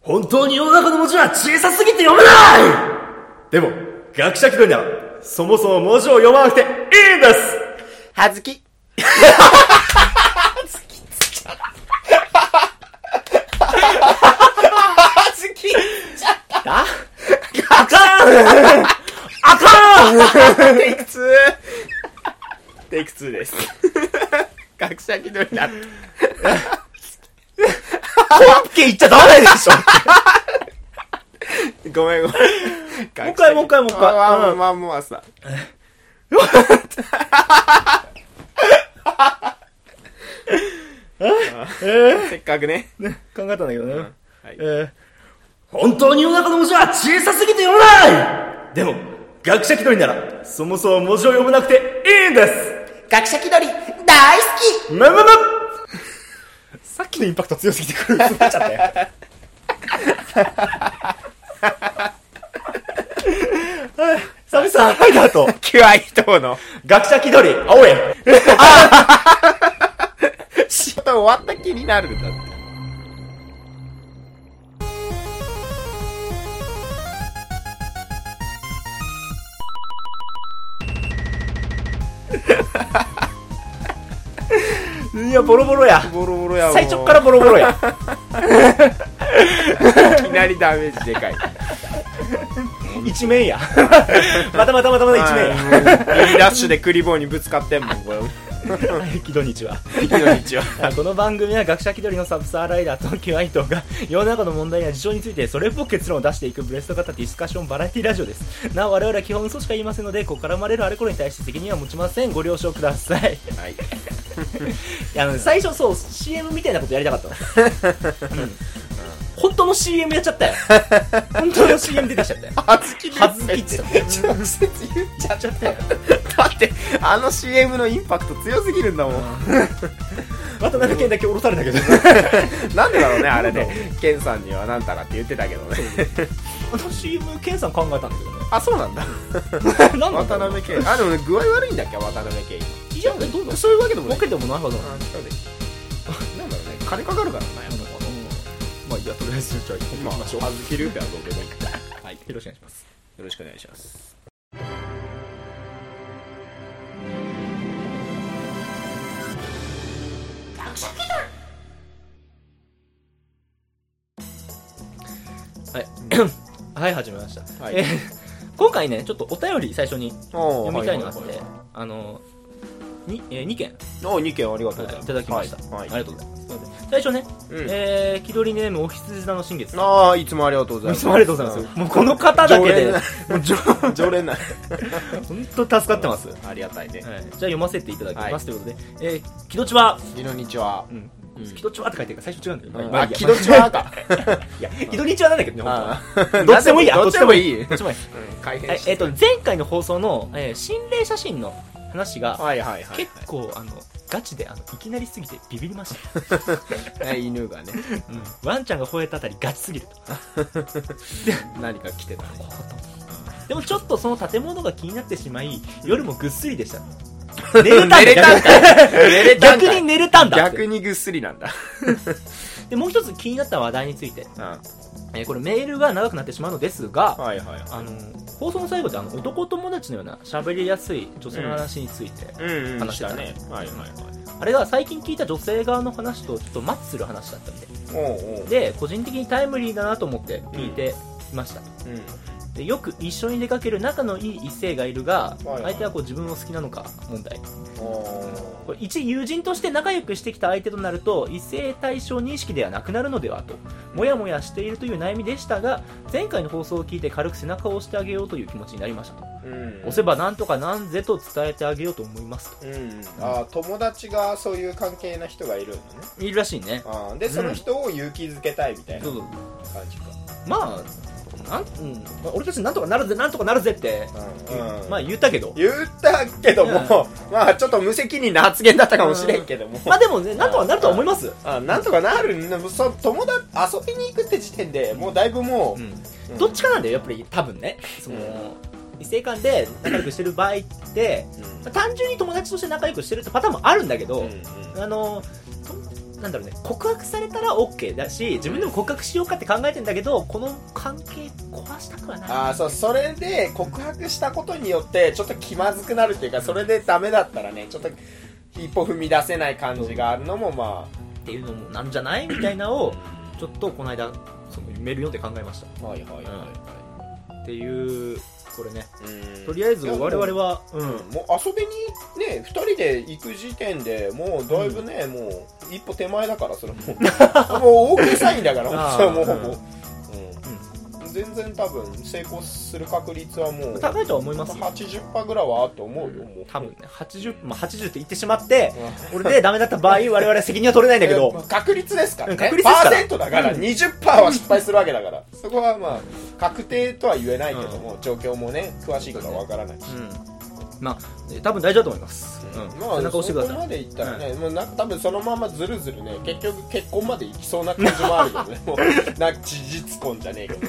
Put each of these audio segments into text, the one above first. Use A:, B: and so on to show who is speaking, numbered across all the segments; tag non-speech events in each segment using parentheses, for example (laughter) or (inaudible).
A: 本当に世の中の文字は小さすぎて読めないでも、学者気取りなら、そもそも文字を読まなくていいんです
B: はずき。はずき。
A: あかんあかん
B: テイクツー。テイクツーです。 (laughs) 学者気取りだ。
A: 本家言っちゃダメで
B: (laughs)
A: しょ
B: ごめんごめん。も
A: う一回もう一回もう一回
B: まあ
A: うん
B: まあまあさ。せっかくね。
A: 考えたんだけどね。
B: はい
A: えー本当に世の中の文字は小さすぎて読めないでも、学者気取りなら、そもそも文字を読めなくていいんです
B: 学者気取り、大好き
A: むむむさっきのインパクト強すぎてくる。滑っちゃったよ。サビさん、はい、だと。
B: キュアイトーの。
A: 学者気取り、青え。
B: 仕事終わった気になるんだって。
A: いや、ボロボロや。
B: ボロボロやもん
A: 最初っからボロボロや。
B: いきなりダメージで
A: (laughs)
B: かい。
A: 一面や。 (laughs) またまたまたまた一面や。
B: 指ダッシュでクリボーにぶつかってんもん、これ。
A: はい、木戸日は。
B: 敵の道は。
A: この番 (laughs) 組は学者気取りのサブサーライダーとキュアイトが世の中の問題や事情についてそれっぽく結論を出していくブレスト型ディスカッションバラエティラジオですなお我々は基本嘘しか言いませんのでここから生まれるあれこれに対して責任は持ちませんご了承くださ (laughs) い
B: はい。
A: あの、ね、最初そう CM みたいなことやりたかったの、うん本当の CM やっちゃったよ本当の CM 出てきちゃったよ
B: はずき
A: はずきって言っ
B: 直接言っちゃ
A: っちゃ (laughs) ったよ
B: だって、あの CM のインパクト強すぎるんだもん。
A: 渡辺謙だけ降ろされた (laughs) けど
B: なんでだ
A: (laughs)
B: ろうね、あれね。ケンさんにはなんたらって言ってたけどね。
A: あの CM 健さん考えたんだ
B: (laughs) あ、そうなんだ。
A: けどね (laughs) なんだ
B: 渡辺謙。あ、でもね、具合悪いんだっけ、渡辺謙。
A: いやどうぞ
B: そういうわけでもな
A: ボ
B: い。
A: ケでもないはずなの
B: あそうだねなんだろうね、金かかるからな、やっぱこの。
A: まあいいやとりあえずじゃあ行
B: まあ、小豆ルーペはどうでもいいから。よ
A: はいよろしくお願いします
B: ろしくお願いします。
A: はいはい始めました、
B: はい
A: えー (laughs) 今回ねちょっとお便り最初に
B: お
A: 読みたいのがあって、
B: はい
A: あのにえー、2件、
B: お2件ありがとうござい
A: は
B: ま
A: い、
B: す。
A: いただきました、
B: はい。
A: ありがとうございます最初ね、
B: うん
A: えー、気取りネームおひつじ座の新月さん
B: ああ、いつもありがとうございま
A: い
B: す。
A: つもありがとうございますもうこの方だけ
B: (laughs)
A: で
B: うん。常連な。常連な。
A: 本当助かってます、はい、
B: ありがたいね
A: じ。ゃあ読ませていただきます、ということで「えー、気取ちは」
B: 気の日は
A: う。ん
B: う
A: 「
B: ん
A: 気取ちは」って書いてるから最初違うんだけど、ま
B: あ、
A: いいや
B: 気の日はか。
A: (laughs) いや、気取りちはなんだけどね本当は
B: あ
A: (laughs)
B: あ
A: どっちでもいいや
B: どっちでもいい。うん
A: どっちもいい
B: 改
A: は
B: 変
A: い
B: し、て。
A: えっ、と、前回の放送の、えー心霊写真の話が、
B: はいはいはい
A: 結構、あの、ガチで、あの、いきなりすぎてビビりま (laughs) した。
B: はい。犬 (laughs) がね、
A: ワンちゃんが吠えたあたりガチすぎると。
B: 何か来てたね。
A: でもちょっとその建物が気になってしまい、夜もぐっすりで (laughs) した。寝れた
B: 寝
A: ん
B: れた
A: だ
B: んかい。寝 (laughs) れたん
A: (laughs) 逆
B: か
A: に
B: い。
A: 寝れたんだって
B: 逆にぐっすりなんだ。
A: で、もう一つ気になった話題について、
B: うん。は
A: えーこれメールが長くなってしまうのですが、
B: いはいは
A: あの、放送の最後であの、男友達のような喋りやすい女性の話について、
B: い。うんうん。
A: 話したね
B: したね。はいはいはい。
A: あれが最近聞いた女性側の話とちょっとマッチする話だったんで、
B: おうおう。
A: で個人的にタイムリーだなと思って聞いていました、でよく一緒に出かける仲のいい異性がいるが、
B: はいはい
A: 相手はこう自分を好きなのか問題
B: うん。お
A: これ一友人として仲良くしてきた相手となると異性対象認識ではなくなるのではともやもやしているという悩みでしたが前回の放送を聞いて軽く背中を押してあげようという気持ちになりましたと
B: うん。
A: 押せばなんとかなんぜと伝えてあげようと思います
B: うん、あー友達がそういう関係な人がいるのね
A: といるらしいね
B: あーでその人を勇気づけたいみたいな
A: そうそう
B: 感じか、
A: まあなん、うん、まあ俺たちなんとかなるぜなんとかなるぜって、
B: うん
A: まあ言ったけど
B: 言ったけども、 (laughs) まあちょっと無責任な発言だったかもしれんけども、
A: まあでもね、なんとかなるとは思います。
B: あなんとかなるんだそう友達遊びに行くって時点でもうだいぶもう、
A: どっちかなんだよ、やっぱり多分ね。その、
B: うん
A: 異性間で仲良くしてる場合って、
B: うん
A: 単純に友達として仲良くしてるってパターンもあるんだけど、
B: うんうん
A: あの、なんだろうね告白されたら OK だし自分でも告白しようかって考えてんだけどこの関係壊したくはない
B: ああそうそれで告白したことによってちょっと気まずくなるっていうかそれでダメだったらねちょっと一歩踏み出せない感じがあるのもま
A: っていうのもなんじゃないみたいなをちょっとこの間そのメール読んで考えました
B: あはいはいはいは
A: っていうこれね
B: い、うん
A: とりあえず我々はうん
B: うんもう遊びにね2人で行く時点でもうだいぶね、もう一歩手前だからそれも (laughs) うもう OK サインだから
A: あー
B: それはもうほぼ、
A: う
B: うん全然多分成功する確率はもう
A: 高いとは思いますよ
B: 80%ぐらいはあると思うよもう
A: 多分ね80、まあ、80って言ってしまって
B: うん
A: 俺でダメだった場合 (laughs) 我々は責任は取れないんだけ
B: えーまあ
A: ど
B: 確率ですからね
A: 確率ですから
B: パーセントだから、
A: うん
B: 20%は失敗するわけだからそこはまあ確定とは言えないけども、状況もね詳しいことはわからないし、
A: うんまあね多分大丈夫だと思います、うん
B: まあ
A: 背中押してくださ
B: そこ
A: い
B: までいったらね、もうな多分そのままずるずるね結局結婚までいきそうな感じもあるけ
A: (laughs)
B: どねもうなんか事実婚じゃねえけど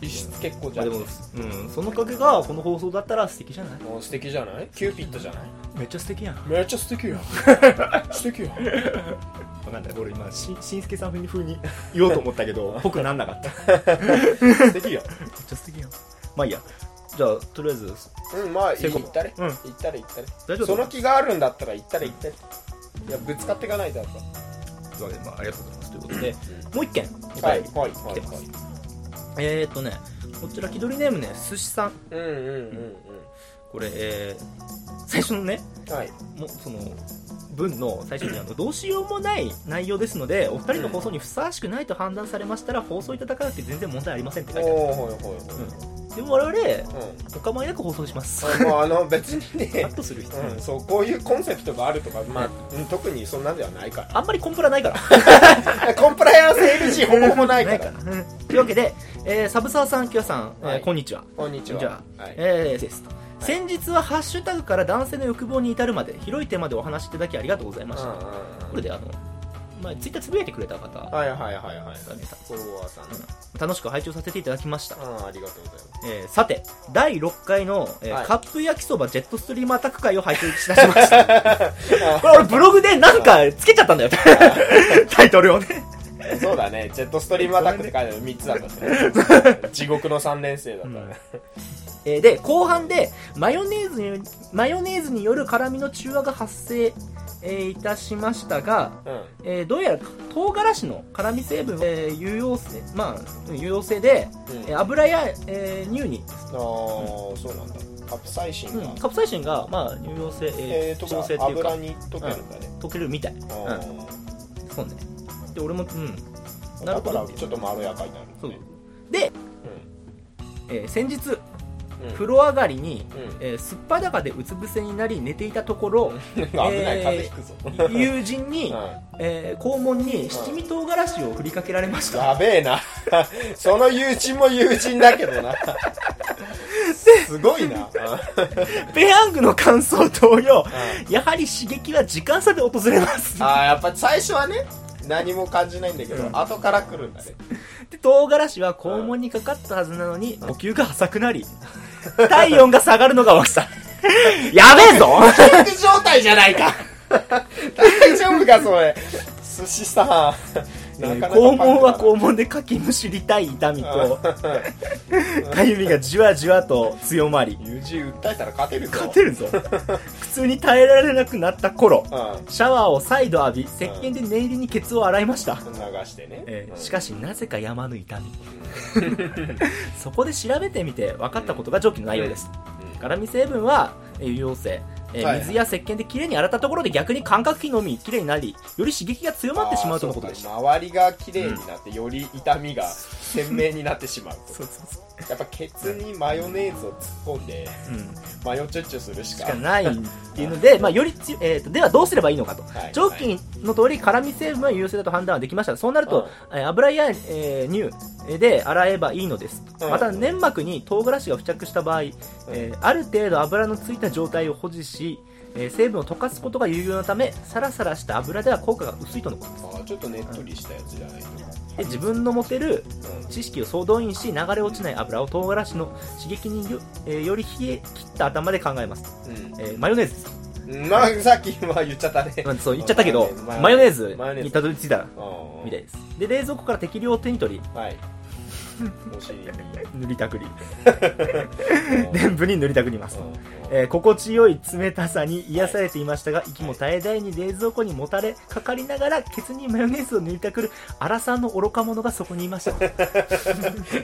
B: 実質結婚じ
A: ま
B: ゃ
A: あでも、
B: ね
A: うん、その影がこの放送だったら素敵じゃない
B: えもう素敵じゃないキューピッドじゃない
A: めっちゃ素敵やん
B: めっちゃ素 (laughs) 敵よ素敵よ
A: 分かんない俺今ししんすけさん風に言おうと思ったけ (laughs) ど僕なんなかっためっ
B: 素敵よ
A: ちゃ素敵やんまあいいやじゃあとりあえず
B: うんまあいい
A: 成
B: 行
A: 功
B: ったれ、
A: うん
B: 行ったれ行ったれ
A: 大丈夫
B: その気があるんだったら行ったら行ったらいやぶつかっていかないとやっ
A: というわけで、まあ、ありがとうございますということで
B: ぱ
A: もう一件お
B: はい
A: 便り
B: はい
A: 来
B: は
A: て
B: い
A: ま
B: はい
A: すえーっとねこちら気取りネームねすしさん
B: うんうんうん
A: これ、えー最初のね
B: うんはい
A: もうその文の最初にあ
B: (clears throat)
A: のどうしようもない内容ですのでお二人の放送にふさわしくないと判断されましたら放送いただかなくて全然問題ありませんって書
B: お
A: い
B: ー
A: てある
B: はいはいは
A: でも我々
B: いうん
A: お構いなく放送します
B: あもうあの別にね
A: カットする必要ない
B: うん、そうこういうコンセプトがあるとか、まあ、うん特にそんなんではないか
A: あんまりコンプラないから
B: (laughs) ら (laughs) コンプライアンス NG ほぼほぼないから
A: うんというわけで、えーサブサーさん、キヨさん、えー
B: はい
A: こんにちは。
B: こんにちは
A: じゃ
B: はい
A: えー、ですと。先日はハッシュタグから男性の欲望に至るまで広いテーマでお話しいただきありがとうございました。これで、あの、まあ、ツイッターつぶやいてくれた方
B: うん
A: が
B: はいはいはいはい
A: ねた
B: フォロワーさん、
A: 楽しく拝聴させていただきました。
B: うん、ありがとうございます
A: えーさて、第6回の、えー
B: はい
A: カップ焼きそばジェットストリームアタック会を拝聴いたしま
B: (laughs)
A: した。これ俺ブログでなんかつけちゃったんだよ。タイトルをね。
B: そうだね、ジェットストリームアタックって書いてある3つだった
A: (laughs)
B: ね。地獄の3年生だったね。
A: えーで後半でマヨネーズにマヨネーズによる辛みの中和が発生、えーいたしましたが、
B: うん。
A: えーどうやら唐辛子の辛み成分、えー有用性まあうん有用性で、
B: うん
A: えー油や、えー乳に、
B: ああ、そうなんだ。カプサイシンが、
A: カプサイシンがまあ有用性、
B: え
A: え
B: ー
A: ー
B: と
A: 希少性
B: か
A: っていうか
B: 油に溶けるんだね。
A: 溶けるみたい
B: あー
A: そうねで俺もうんなる
B: だ
A: ほ
B: か
A: ど
B: ら
A: っていう
B: ちょっとまろやかになる
A: そう
B: ね。
A: で、えー先日風呂上がりに、
B: うん。うん。
A: えー、すっぱだかでうつ伏せになり寝ていたところ
B: (laughs) 危ない、風邪ひくぞ。
A: (laughs) 友人に、えー肛門に七味唐辛子を振りかけられました
B: やべえな。 (laughs) その友人も友人だけどな。すごいな。
A: ペヤングの感想同様やはり刺激は時間差で訪れます
B: ああ、やっぱ最初はね、何も感じないんだけど、
A: うん
B: 後から来るんだね。
A: で唐辛子は肛門にかかったはずなのに (laughs) 呼吸が浅くなり体温が下がるのが分かった (laughs) やべえぞ
B: パンク状態 (laughs) じゃないか大丈夫かそれ寿司さん
A: え
B: なか
A: ー
B: なか
A: 肛門は
B: こ
A: 肛門でかきむしりたい痛み
B: (laughs)
A: と
B: う
A: かゆみがじわじわと強まり
B: 友人訴えたら勝てるぞ
A: 勝てるぞ苦痛に耐えられなくなった頃
B: う
A: シャワーを再度浴び石鹸で念入りにケツを洗いました
B: ん流してね、
A: えーしかしなぜか山の痛み (laughs) そこで調べてみて分かったことが上記の内容です
B: うん
A: 辛み成分はえー有用性えー
B: はい
A: 水や石鹸できれいに洗ったところで逆に感覚器のみきれいになりより刺激が強まってしまうとのことでした
B: あーそうか周りが綺麗になってより痛みが鮮明になってしまう
A: そうそうそ
B: やっぱケツにマヨネーズを突っ込んで
A: う、うん、
B: マヨチュッチュするし
A: し
B: か
A: かないっていうので、まあ、よりつ、えーとではどうすればいいのかと
B: はい
A: 上記の通り辛み成分は有用性だと判断はできましたそうなると、えー油や、えー乳で洗えばいいのです、
B: うん
A: また粘膜に唐辛子が付着した場合、えーある程度油のついた状態を保持し、えー成分を溶かすことが有用なためサラサラした油では効果が薄いとのこと
B: あーちょっとねっとりしたやつじゃないと、
A: で自分の持てる
B: うん
A: 知識を総動員し流れ落ちない油を唐辛子の刺激によ,、えーより冷え切った頭で考えます、
B: うん
A: えーマヨネーズです
B: まあ、さっきは言っちゃったね
A: まあ、。そう言っちゃったけど、
B: まあ
A: マヨネーズ
B: マヨネー
A: に
B: ズ。
A: たどり着いた
B: うん
A: みたいです。で、冷蔵庫から適量を手に取り、 (laughs)
B: はい。お尻に。
A: 塗りたくり。
B: うん
A: 全部に塗りたくります。えー心地よい冷たさに癒されていましたが、息も絶え絶えに冷蔵庫にもたれかかりながら、ケツにマヨネーズを塗りたくる、荒さんの愚か者がそこにいま
B: (laughs)
A: した。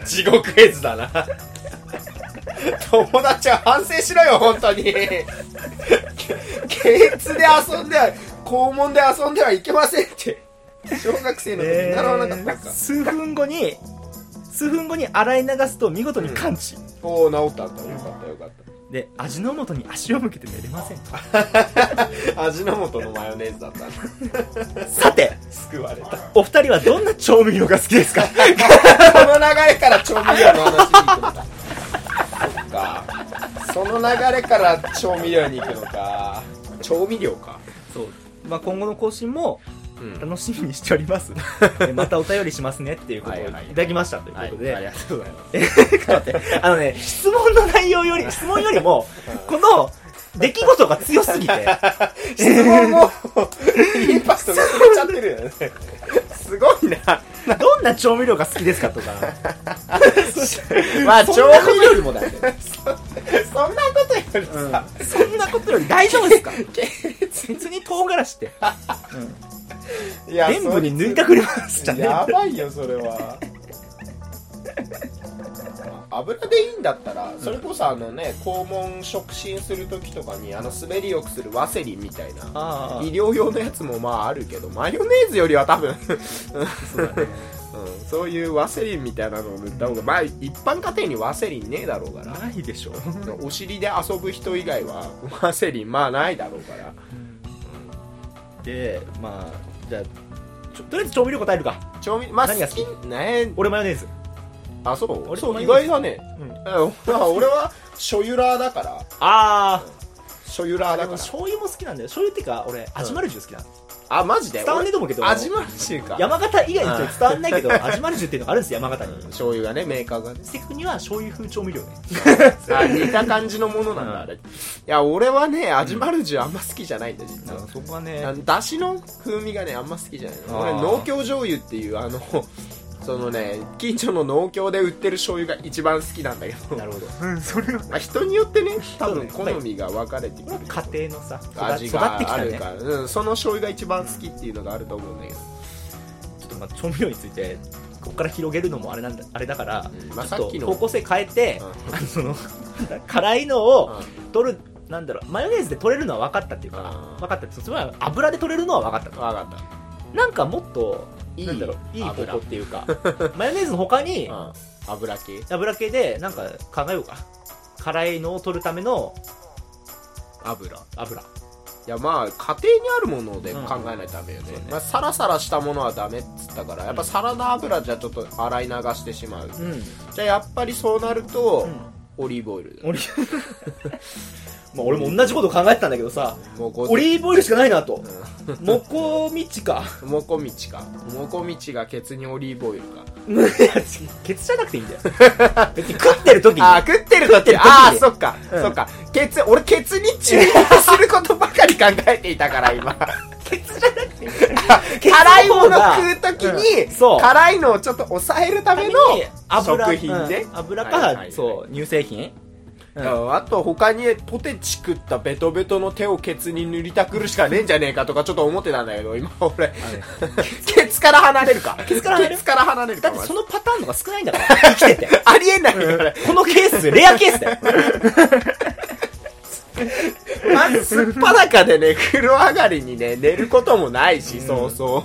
B: 地獄絵図だな。友達は反省しろよ、本当に。ケケツで遊んでは、肛門で遊んではいけませんって。小学生の時に習わなかったんか。
A: えー数分後に、数分後に洗い流すと見事に完治。
B: おお、治った、治った。よかった、よかっ
A: で、味の素に足を向けて寝れませんと。
B: た。味の素のマヨネーズだったんだ。
A: さて、
B: 救われた。
A: お二人はどんな調味料が好きですか
B: この流れから調味料の話に行くのか。そっか。その流れから調味料に行くのか。調味料か。
A: そう。まあ、今後の更新も
B: うん
A: 楽しみにしており (laughs) ます。えまたお便りしますねっていうことを
B: はいい
A: た
B: はい
A: だきましたということで。
B: ありがとうございます。
A: (laughs) ちょっと待って、あのね、質問の内容より、質問よりも、この出来事が強すぎて、 (laughs)
B: 質問も、インパクト薄れちゃってるよね。すごいな。
A: どんな調味料が好きですかと (laughs) か、
B: まあ、
A: そ
B: 調
A: んなこと
B: 味料よりもだよね。そんなことより
A: うん
B: さ、
A: そんなことより大丈夫です (laughs) か別に唐辛子って、
B: いや
A: 全部に塗りた
B: く
A: くりますじゃね
B: やばいよ、それは。油でいいんだったら、それこそあのね、肛門触診するときとかに、あの、滑りよくするワセリンみたいな、
A: あ
B: 医療用のやつもまああるけど、マヨネーズよりは多分、
A: そうだね。
B: (laughs) うん、そういうワセリンみたいなのを塗った方が、まあ、一般家庭にワセリンねえだろうから。
A: ないでしょ。
B: お尻で遊ぶ人以外はワセリンまあないだろうから
A: で、まあ、じゃあ、ちょとりあえず調味料答えるか。
B: 調味まあ
A: 何が
B: 好
A: 好
B: き
A: き
B: ね
A: 俺マヨネーズ。
B: あそう
A: 俺
B: そ
A: マ
B: う
A: ヨネー
B: 意
A: ズ
B: 外だね
A: うん
B: えまあ (laughs) 俺は醤油ラーだから
A: あ
B: 醤油ラ
A: あ
B: ー
A: で
B: だ
A: も
B: から
A: 醤油も好きなんだよ。醤油ってか、俺、味マルジュ好きなの。
B: あマジで
A: 伝わんねえと思うけど、
B: 俺味まるしか
A: 山形以外にちょっと伝わんないけど、味マルジュっていうのがあるんですよ、山形に。
B: 醤油がねメーカ
A: (laughs)
B: ーがね
A: 正確には醤油風調味料ね。
B: あ似た感じのものなん
A: うん
B: だあれいや俺はね味まるじゅあんま好きじゃないんだ実は
A: そこは
B: あ
A: ね、
B: のだしの風味がねあんま好きじゃないの
A: あ
B: 俺
A: ー
B: 農協醤油っていうあのそのね近所の農協で売ってる醤油が一番好きなんだけど
A: なるほど。うん、それは。
B: まあ、人によってね多
A: そう
B: 分
A: ね
B: 好みが分かれてくる
A: 家庭のさ、育
B: 味
A: 育ってき
B: があ
A: た
B: る
A: ね
B: か。ら、うん、その醤油が一番好きっていうのがあると思うんだけど、
A: ちょっとまあ調味料について、ここから広げるのもあれなんだ、あれだから、
B: うんまあ
A: ちょっ
B: さっき
A: と
B: の
A: 方向性変えて、
B: う
A: あの、その、辛いの
B: ん
A: を取る、なんだろう、マヨネーズで取れるのは分かったっていうか、
B: あー
A: 分かったって、つまり油で取れるのは分かった
B: 分
A: と。
B: かった
A: なんかもっと、
B: いい
A: なんだろう、いい方
B: 油
A: 法っていう
B: (laughs)
A: か、マヨネーズの他に、
B: うん油系
A: 油系で、なんか考えようか。辛いのを取るための
B: 油い
A: 油。
B: やまあ家庭にあるもので
A: うん
B: 考えないとダメよね,、
A: そうね
B: まあ、サラサラしたものはダメっつったからやっぱサラダ油じゃちょっと洗い流してしまう、
A: うん。
B: じゃあやっぱりそうなると、
A: うん
B: オリーブオイルだよ
A: オリ (laughs) まあ俺も同じこと考えてたんだけどさ、
B: もうご
A: オリーブオイルしかないなと。
B: う
A: もこみち
B: (laughs)
A: か。
B: んもこみちかもこみちがケツにオリーブオイルか
A: いやケツじゃなくていいんだよ。別に食ってる時に。
B: あー、食ってる時
A: 時
B: ああ、そっか、
A: うん
B: そっか。ケツ、俺ケツに注目することばかり考えていたから、
A: (laughs)
B: 今。
A: ケツじゃなくていい。ケツの方が
B: 辛いもの食う時に、
A: うんそう
B: 辛いのをちょっと抑えるための、
A: 油
B: 食品ね
A: うん油
B: はいはい
A: か
B: は、い
A: そう、乳製品。うん
B: うんあと他にポテチ食ったベトベトの手をケツに塗りたくるしかねえんじゃねえかとかちょっと思ってたんだけど、今俺、ケツから離れるか。ケ
A: ツから離れる
B: ケツから離れる
A: だっ
B: か。
A: て
B: マジ
A: そのパターンのが少ないんだから、生きてて。
B: ありえないよ、俺。
A: このケース、レアケースだよ。
B: まず、すっぱだかでね、風呂上がりにね、寝ることもないし、そうそう。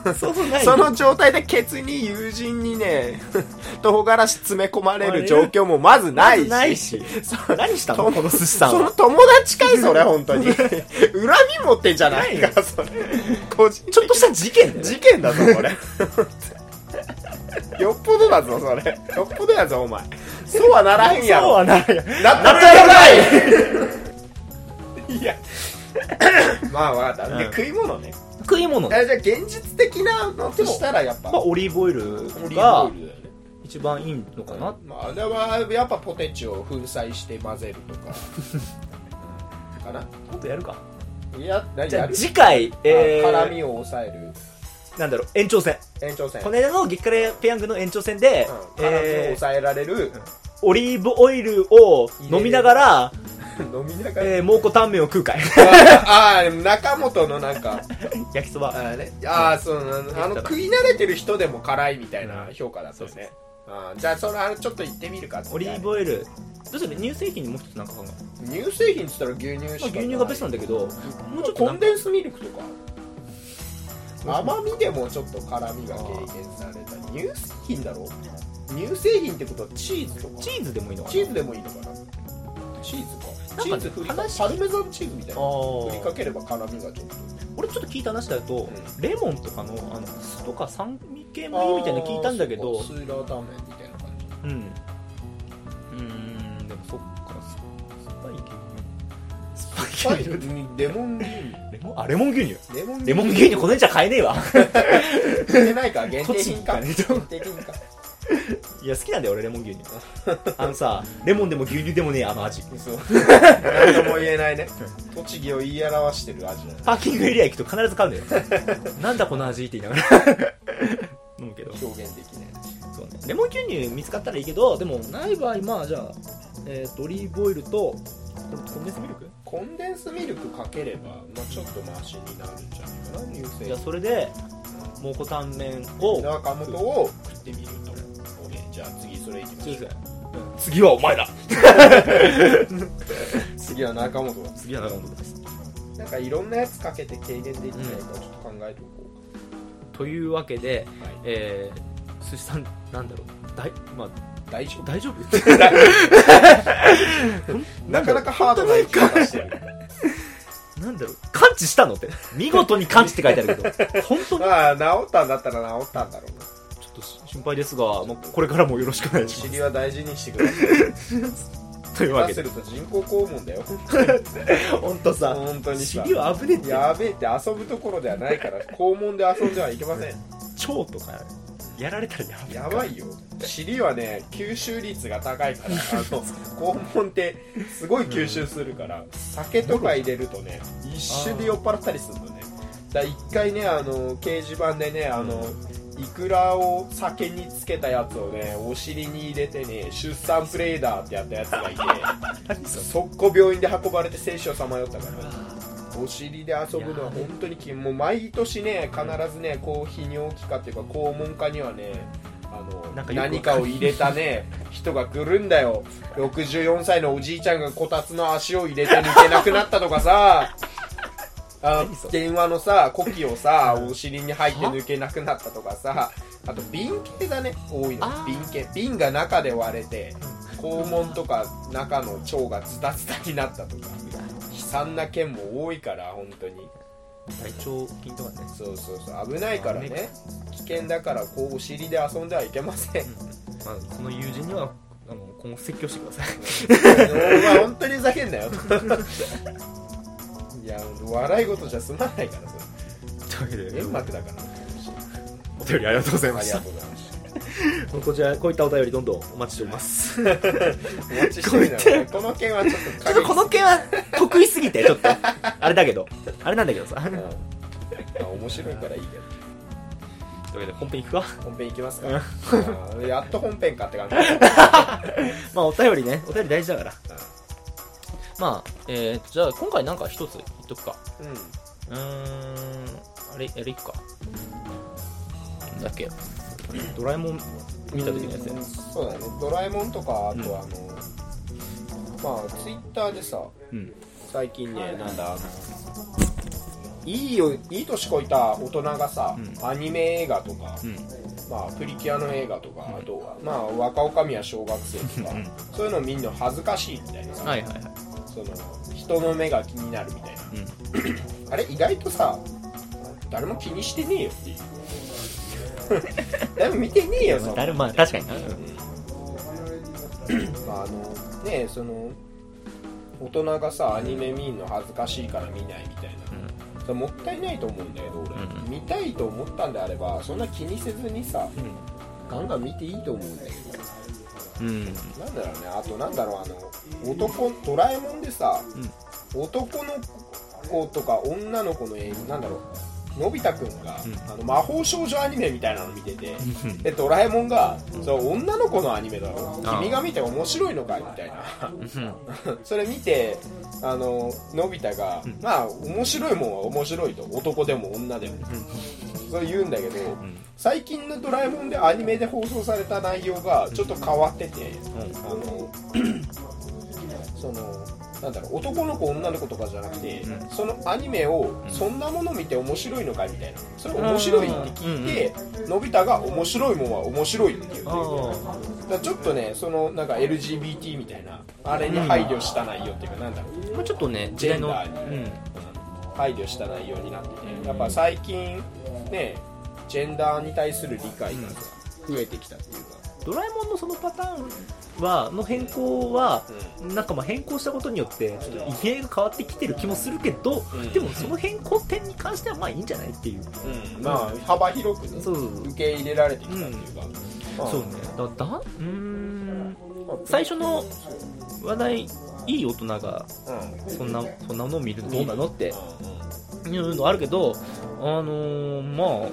A: (laughs) そうそうない
B: その状態でケツに友人にね、 (laughs) 唐辛子詰め込まれる状況もまずないし。
A: ないし。そう何したの
B: と
A: この寿司さん
B: その
A: は。
B: 友達かいそれ、本当に。 (laughs) 恨み持ってんじゃないか、それ。個人
A: ちょっとした事件だよね
B: 事件だぞ、こ (laughs) れ。よっぽどだぞ、それ。よっぽどやぞ、お前。そうはならへんや
A: そう
B: ろ。
A: はないよ。
B: なったら (laughs) ないいや。 (coughs) まあ、わかった。で、
A: うん
B: 食い物ね。
A: 食い物ね。
B: えじゃあ、現実的なのとしたら、やっぱ。
A: まあ、オリーブオイル
B: オリー
A: が
B: ブオイルだよね。
A: 一番いいのかな。 (laughs)
B: まあ、あれはやっぱポテチを粉砕して混ぜるとかあかな
A: 今度やるか
B: いや何
A: じゃ
B: や
A: あ
B: る
A: 次回、え
B: あ絡
A: ー、
B: みを抑える
A: なんだろう延長戦
B: 延長戦
A: この間の激辛ペヤングの延長戦で、
B: うん絡みを
A: えー
B: 抑えられる、
A: オリーブオイルを飲みながら、
B: 飲みながら、
A: えー、蒙古タンメンを食うかい
B: (laughs) あーあー中本のなんか
A: 焼きそ
B: あ
A: ば
B: ー、ね、あーそのあの食い慣れてる人でも辛いみたいな評価だったよね、あーじゃあそれあれちょっと行ってみるか
A: オリーブオイルどうする乳製品にもう一つなんか考え
B: 乳製品っつったら牛乳し
A: まあ
B: かない
A: 牛乳がベストなんだけどもうちょっと
B: コ
A: な
B: ン
A: んか
B: デンスミルクとか甘みでもちょっと辛みが軽減された乳製品だろ乳製品ってことはチーズとか
A: チーズでもいいのかな
B: チーズでもいいのかなチーズ
A: なん
B: かチ
A: か
B: ー
A: ね
B: ズ振り
A: 話
B: パルメザンチーズみたい
A: あ
B: な振りか
A: ー
B: ければ辛みがちょっと
A: 俺ちょっと聞いた話だと、
B: う
A: レモンとかのあの酢とか酸味系もいいみたいなの聞いたんだけ
B: あ
A: ど
B: ーそうかスーラータンメンみたいな感じ
A: うんうーんでもそっか酸っぱい牛乳酸っぱい牛乳
B: レモン牛乳
A: レモンあレモン牛乳
B: レモン
A: レモン牛乳この辺じゃ買えねえわ (laughs)
B: 売って (laughs) ないか限定品か
A: 栃
B: 限
A: 木かね
B: 定品か
A: いや好きなんだよ俺レモン (laughs) 牛乳あのさレモンでも牛乳でもねえあの味
B: (laughs) 嘘何とも言えないね栃木を言い表してる味だね
A: パーキングエリア行くと必ず買うんだ (laughs) よなんだこの味って言いながら (laughs) 飲むけど
B: 表現できない
A: そうねレモン牛乳見つかったらいいけどでもない場合まあじゃあ、えーとオリーブオイルとこれコンデンスミルク
B: コンデンスミルクかければ、まあ、ちょっとマシになるんじゃないかな乳製
A: じゃあ
B: 品
A: それで蒙古タンメンを
B: 中本を食ってみるとオーケーじゃあ次それいきましょう
A: 次はお前だ
B: 次は中本だ
A: 次は長本です
B: なんかいろんなやつかけて軽減できないかちょっと考えておこう
A: というわけで
B: か、はい、
A: えー、寿司さんなんだろう大,、まあ、
B: 大丈夫
A: 大丈夫
B: (laughs) なかなかハードな生き方してる
A: なんだろう完治したのって見事に完治って書いてあるけ
B: (laughs)
A: ど本当に
B: まあ治ったんだったら治ったんだろうな
A: ちょっと心配ですが、まあ、これからもよろしくお願いし
B: 尻は大事にしてください
A: ます (laughs) というわけ
B: 出せ
A: で
B: ると人工肛門だよ
A: 本当さ
B: 本当にさ
A: 尻は危ねえって
B: やべえって遊ぶところではないから肛門で遊んではいけません
A: 腸とかやられたらやばい
B: やばいよ尻はね吸収率が高いからあの肛門ってすごい吸収するから、酒とか入れるとね一瞬で酔っ払ったりするのねだから一回ねあの掲示板でねあのイクラを酒につけたやつをねお尻に入れてね出産プレーダーってやったやつがいて
A: 何それ
B: 速攻病院で運ばれて精子をさまよったからお尻で遊ぶのは本当にきもう毎年ね必ずねこう泌尿器科っていうか肛門科にはねあの
A: なんかよくわかんない
B: 何かを入れたね人が来るんだよ64歳のおじいちゃんがこたつの足を入れて抜けなくなったとかさあ
A: 何それ
B: 電話のさ呼気をさお尻に入って抜けなくなったとかさあと瓶系だね多いの
A: あー
B: 瓶系瓶が中で割れて肛門とか中の腸がズタズタになったとか悲惨な件も多いから本当に
A: 大腸菌とかね
B: そうそうそう危ないから
A: 危ない
B: ね危険だからこうお尻で遊んではいけません
A: まあ、その友人にはあの今後説教してください
B: お前本当にふざけんなよ (laughs) いや笑い事じゃ済まないから
A: と
B: そ
A: いうわけ
B: れ
A: で
B: 煙幕だから
A: お便りありがとうござい
B: あ
A: ま
B: り
A: し
B: が
A: た
B: とうございました
A: こちらこういったお便りどんどんお待ちしておりますち
B: お待ちしてるんだよねこの件はちょっと
A: ょっとこの件は得意す (laughs) ぎてちょっとあれだけどあれなんだけどさというわ
B: うんまあ面白いからいいけど
A: けで本編いくか
B: 本編いきますか
A: うん
B: あーやっと本編かって感じ
A: まあお便りねお便り大事だからまあえー、じゃあ今回なんか一つ言っとくか
B: うん
A: うーんあれあれいくかなんだっけドラえもん見た時のやつや
B: うんそうだねドラえもんとかあとはあの、まあツイッターでさ
A: うん
B: 最近ねなんだあのいいよいい年こいた大人がさ、
A: うん
B: アニメ映画とか、
A: うん
B: まあ、プリキュアの映画とか、あとは、まあ、若女将や小学生とか
A: うん
B: そういうの見るの恥ずかしいみたいなさ、
A: はいはいはい
B: その人の目が気になるみたいな
A: うん
B: (clears throat) あれ意外とさ誰も気にしてねえよっていう (laughs) 誰も見てねえよそんな
A: 誰もまあ確かにな
B: まああのねその大人がさアニメ見んの恥ずかしいから見ないみたいな、それもったいないと思うんだけど俺、
A: う
B: 見たいと思ったんであればそんな気にせずにさガンガン見ていいと思うんだけ
A: うん、うん
B: どなんだろうねあとなんだろうあの男ドラえもんでさ、
A: うん
B: 男の子とか女の子の映画なんだろうのび太くんが、
A: うん
B: あの魔法少女アニメみたいなの見てて
A: うん
B: でドラえもんが「それ女の子のアニメだろ
A: ああ
B: 君が見て面白いのかい?」みたいな
A: うん
B: それ見てあののび太が、
A: ん
B: まあ面白いもんは面白いと男でも女でもそれ言うんだけど、
A: ん
B: 最近の「ドラえもん」でアニメで放送された内容がちょっと変わってて、
A: うん
B: あの (clears throat) そのなんだろう男の子女の子とかじゃなくて、
A: うん
B: そのアニメを
A: ん
B: そんなもの見て面白いのかみたいなそれ面白いって聞いて、のび太が面白いもんは面白いって言う
A: ああ
B: だからちょっとねそのなんか LGBT みたいなあれに配慮した内容っていうか、なんだろう
A: まあちょっとね時代の
B: ジェンダーに
A: うん
B: 配慮した内容になっててやっぱ最近ねジェンダーに対する理解が増えてきたっていうか、
A: ドラえもんのそのパターンはの変更は
B: うん
A: なんかまあ変更したことによってちょっと意味合いが変わってきてる気もするけど、
B: うん
A: でもその変更点に関してはまあいいんじゃないっていう
B: うんまあ幅広くね
A: そう
B: 受け入れられてきたっていうか、まあ
A: そうねだだうーん最初の話題いい大人が
B: うんうん
A: そんなそんなのを見るのどうなのっていうのあるけどあのーま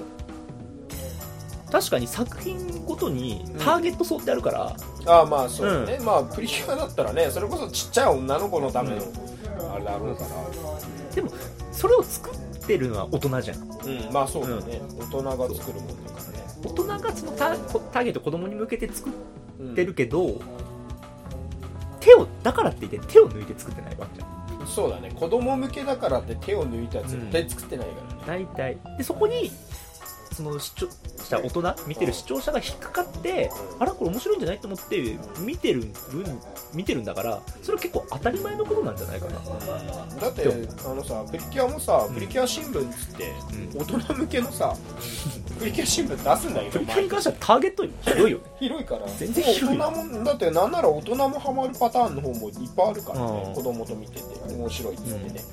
A: あ確かに作品ごとにターゲット層ってあるから、
B: ああまあそうね、まあプリキュアだったらねそれこそちっちゃい女の子のためのあれだろうから
A: でもそれを作ってるのは大人じゃん
B: うん、まあそうだね、大人が作るもんだからね
A: 大人がそのタこターゲット子供に向けて作っ
B: うん
A: てるけど、手をだからって言って手を抜いて作ってないわけじゃん
B: そうだね子供向けだからって手を抜いたら絶対作ってないからね、
A: 大体でそこにその視聴者大人見てる視聴者が引っかかってあらこれ面白いんじゃないと思って見てる分見てるんだからそれは結構当たり前のことなんじゃないかな
B: だってあのさプリキュアもさプリキュア新聞っつって、
A: う
B: 大人向け
A: (laughs)
B: のさプリキュア新聞出すんだけ
A: プ
B: ど
A: リキュアに関してはターゲットよひどいよね
B: 広いから
A: 全然広い
B: 大人もだってなんなら大人もハマるパターンの方もいっぱいあるからね、
A: うん
B: 子供と見てて面白いっつってね、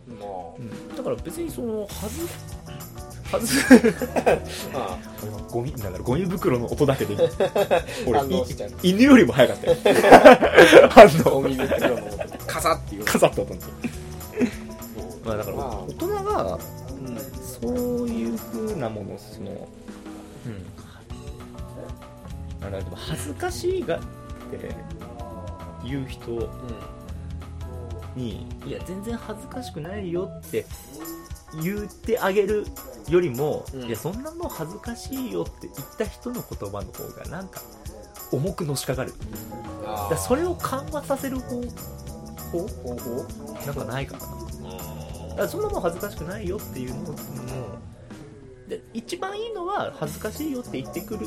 B: (coughs) ま
A: だから別にそのはず (laughs) はず
B: あまあ
A: ゴミなんだろうゴミ袋の音だけで俺
B: 反応しちゃう
A: い犬よりも早か (laughs) ったよ反
B: ゴ
A: 応
B: ミ袋のカサっていう
A: カサッと音まあだから
B: まあ
A: 大人が
B: うん
A: そういう風なものそのうんなんだろうでも恥ずかしいがって言う人にいや全然恥ずかしくないよって言ってあげるよりも、
B: うん
A: いやそんなもん恥ずかしいよって言った人の言葉の方がなんか重くのしかかるだからそれを緩和させる方法
B: 方法
A: なんかないかなだからそんなもん恥ずかしくないよっていうのもで一番いいのは恥ずかしいよって言ってくる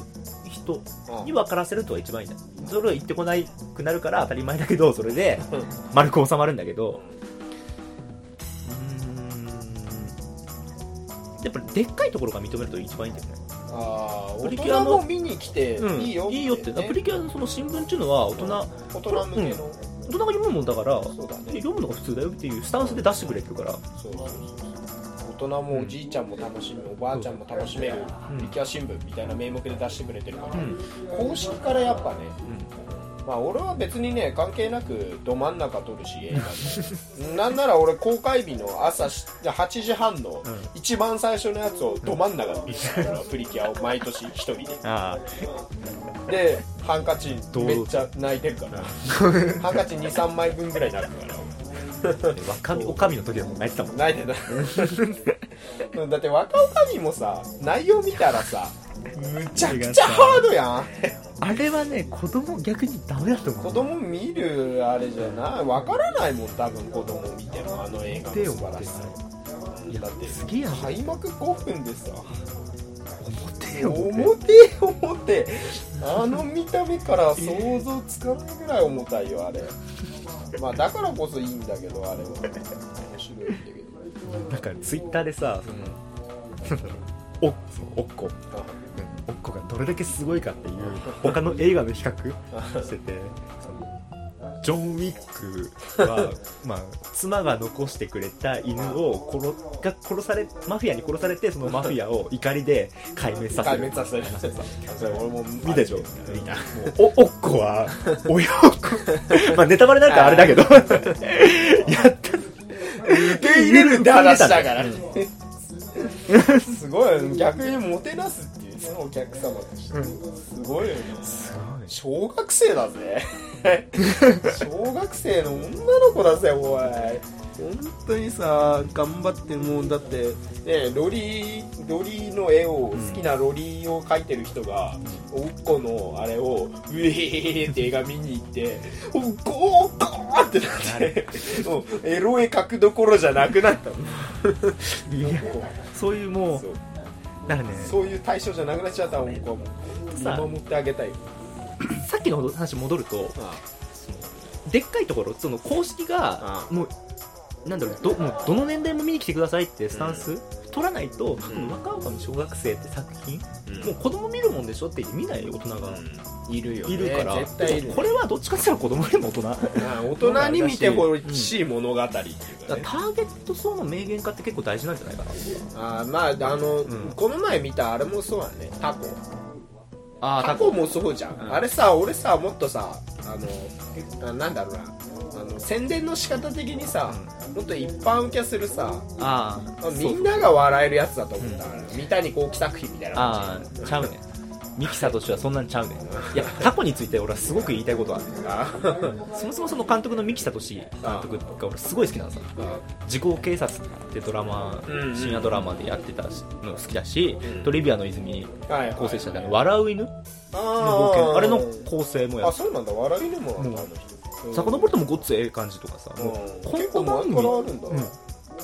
A: 人に分からせるとは一番いいんだそれを言ってこないくなるから当たり前だけどそれで
B: うん
A: 丸く収まるんだけどうーんやっぱりでっかいところが認めると一番いいんだよね
B: ああ
A: プ
B: 大
A: リキュア
B: 人
A: も
B: も見に来て、
A: うん
B: いいよ
A: いいよってだからプリキュアのその新聞っていうのは大人大
B: 大人向けの、
A: 人が読むもんだから
B: そうだね
A: 読むのが普通だよっていうスタンスで出してくれてるから
B: そうそうそう大人もおじいちゃんも楽しむおばあちゃんも楽しめる、
A: うん
B: プリキュア新聞みたいな名目で出してくれてるから、
A: うん
B: 公式からやっぱねまあ俺は別にね関係なくど真ん中撮るし映画でなんなら俺公開日の朝し8時半の
A: うん
B: 一番最初のやつをど真ん中で見てたから、プリキュアを毎年一人で
A: ああ
B: でハンカチ
A: 堂々と
B: めっちゃ泣いてるから (laughs) ハンカチ23枚分ぐらい泣くから
A: 若みおかみの時はもう泣いてたもん
B: 泣いてただって若女将もさ内容見たらさむちゃくちゃハードやん
A: あれはね子供逆にダメだと思
B: 子
A: う
B: 供見るあれじゃないわからないもん多分子供見てもあの映画の素晴らしさ
A: いや
B: だって
A: すげえやん
B: 開幕5分でさ
A: 表よ
B: 重て重てあの見た目から想像つかないぐらい重たいよあれまあだからこそいいんだけどあれは面白いんだけど
A: なんかツイッターでさそのおそのおっこおっこがどれだけすごいかっていう他の映画の比較しててそのジョン・ウィック
B: (laughs)
A: は、まあ、妻が残してくれた犬を殺が殺されマフィアに殺されてそのマフィア
B: (laughs)
A: を怒りで壊滅させ
B: 壊
A: る
B: 滅させるそれ俺も見
A: 見たでしょ
B: 見た
A: おおっこ
B: (laughs)
A: はおよっこまあネタバレなんかあれだけどやっ
B: 受け入れるって話だからねすごいよね逆にもてなすっていうねお客様として、すごいよね小学生だぜ
A: (laughs)
B: 小学生の女の子だぜおい本当にさ頑張ってもうだってねロリロリの絵を好きなロリを描いてる人が、おっこのあれをウェーって映画見に行っておっこおっこーってなってもうエロ絵描くどころじゃなくなったの
A: いやそういうも
B: そう
A: うだからね
B: そういう対象じゃなくなっちゃったおっこも見
A: さ
B: 守ってあげたい
A: さっきの話戻るとでっかいところその公式が
B: あ
A: もうなんだろうどもうどの年代も見に来てくださいってスタンス、取らないと、
B: ん
A: 若女の小学生って作品、
B: うん
A: もう子供見るもんでしょって言って見ない大人が
B: いるよね
A: いるから、
B: 絶対いる
A: これはどっちかって言ったら子供よりも大人だか
B: まあ大人に見てほしい物語っていうからね
A: ターゲット層の明言化って結構大事なんじゃないかな
B: あーまああの、
A: ん
B: この前見たあれもそうだねタコ
A: あ
B: タコもそうじゃん、
A: ん
B: あれさ俺さもっとさあのあなんだろうなあの宣伝の仕方的にさ、もっと一般受けするさ
A: あ
B: あ
A: ー
B: み
A: そうん
B: なが笑えるやつだと思ったから、三谷幸喜作品みたいな
A: あ
B: 感じ
A: ーちゃうねミキサーとしてはそんなんちゃうねいやタコについて俺はすごく言いたいことはある
B: あー
A: そもそもその監督の三木聡監督が俺すごい好きなのさ「時効警察」ってドラマ、
B: うんうん
A: 深夜ドラマでやってたの好きだし、
B: うん
A: トリビアの泉
B: (laughs) はいはい
A: 構成者であの笑う犬」の冒
B: あ
A: 険
B: ー
A: あれの構成もや
B: あ
A: っ
B: そうなんだ笑いでもあるんだあの人
A: さかのぼるともごっつええ感じとかさ、もう
B: うん
A: コン
B: 結
A: ト
B: 構
A: 番
B: 前
A: 組
B: からあるんだ、
A: うん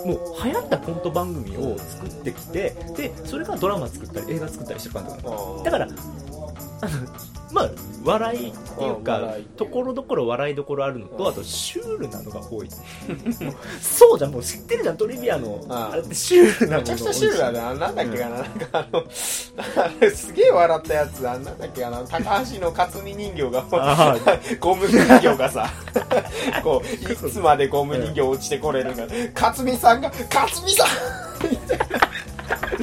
A: もう流行ったコント番組を作ってきてでそれがドラマ作ったり映画作ったりしてる監督なのだから、あの、まあ、笑いっていう
B: うん
A: か
B: 笑い、
A: ところどころ笑いどころあるの
B: うん
A: と、あとシュールなのが多い。
B: (laughs)
A: もうそうじゃん、もう知ってるじゃん、トリビアの、
B: ああ
A: あれってシュールなも
B: め
A: の
B: ちゃくちゃシュールだな、なんだっけかな、なんかあの、あれ (laughs) すげえ笑ったやつだ、なんだっけかな、高橋の勝美人形が
A: あ、
B: (laughs) ゴム人形がさ、 (laughs) こう、いつまでゴム人形落ちてこれるか、勝美さんが、勝美さんみたいな、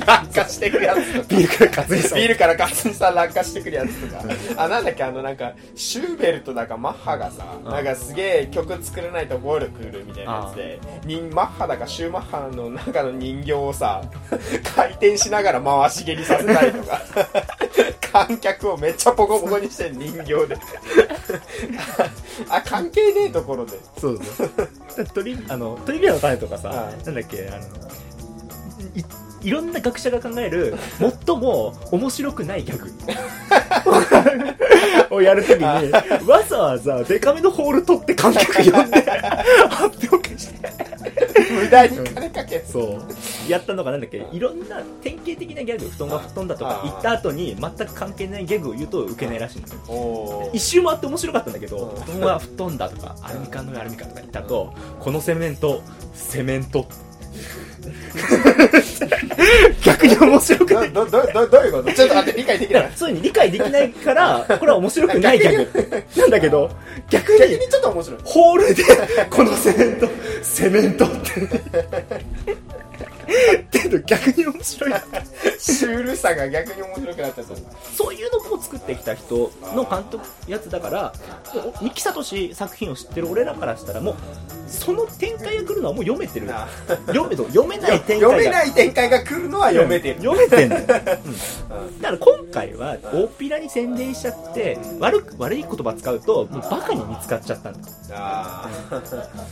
B: 落下してくるやつとか。
A: ビールから担いそう
B: ビールから勝美さん落下してくるやつとか、あ、なんだっけ、あの、なんか、シューベルトだかマッハがさ、
A: ん
B: なんかすげえ曲作らないと暴力来るみたいなやつで、人マッハだかシューマッハの中の人形をさ、回転しながら回し蹴りさせたりと (laughs) か、観客をめっちゃポコポコにして人形で。あ、関係ねえところで。
A: そうそう。トリあのトリビアの種とかさ
B: あ、あ
A: なんだっけ、あの、いいろんな学者が考える、最も面白くないギャグ。をやるとき (laughs) に、わざわざデカめのホール取って観客呼んで、発表会して。
B: 無駄に金かけて。
A: そうやったのがなんだっけいろんな典型的なギャグ布団が布団だとか言った後に全く関係ないギャグを言うと受けないらしいのよ
B: お
A: 一周回って面白かったんだけど
B: うん
A: 布団は布団だとかアルミ缶の上アルミ缶とか言ったとこのセメントセメント逆に面白くない
B: ど、ど、ど、ど、どういうことちょっと待って、理解でき
A: だ
B: な
A: から
B: い。
A: そういうふうに理解できないからこれは面白くないギャグ (laughs) なんだけど逆
B: 逆
A: に
B: にちょっと面白い。
A: ホールで、このセメント、セメント (laughs) って。けど逆に面白い。
B: シュールさが逆に面白くなっちゃったんだ。
A: そういうのを作ってきた人の監督、やつだから、お三木聡作品を知ってる俺らからしたら、もう、その展開が来るのはもう読めてる。
B: な
A: 読めと、読めない展開が。
B: 読めない展開が来るのは読めてる。
A: 読めてんだよ、うんだから今回は大っぴらに宣伝しちゃって悪く悪い言葉使うともうバカに見つかっちゃったんだ
B: あ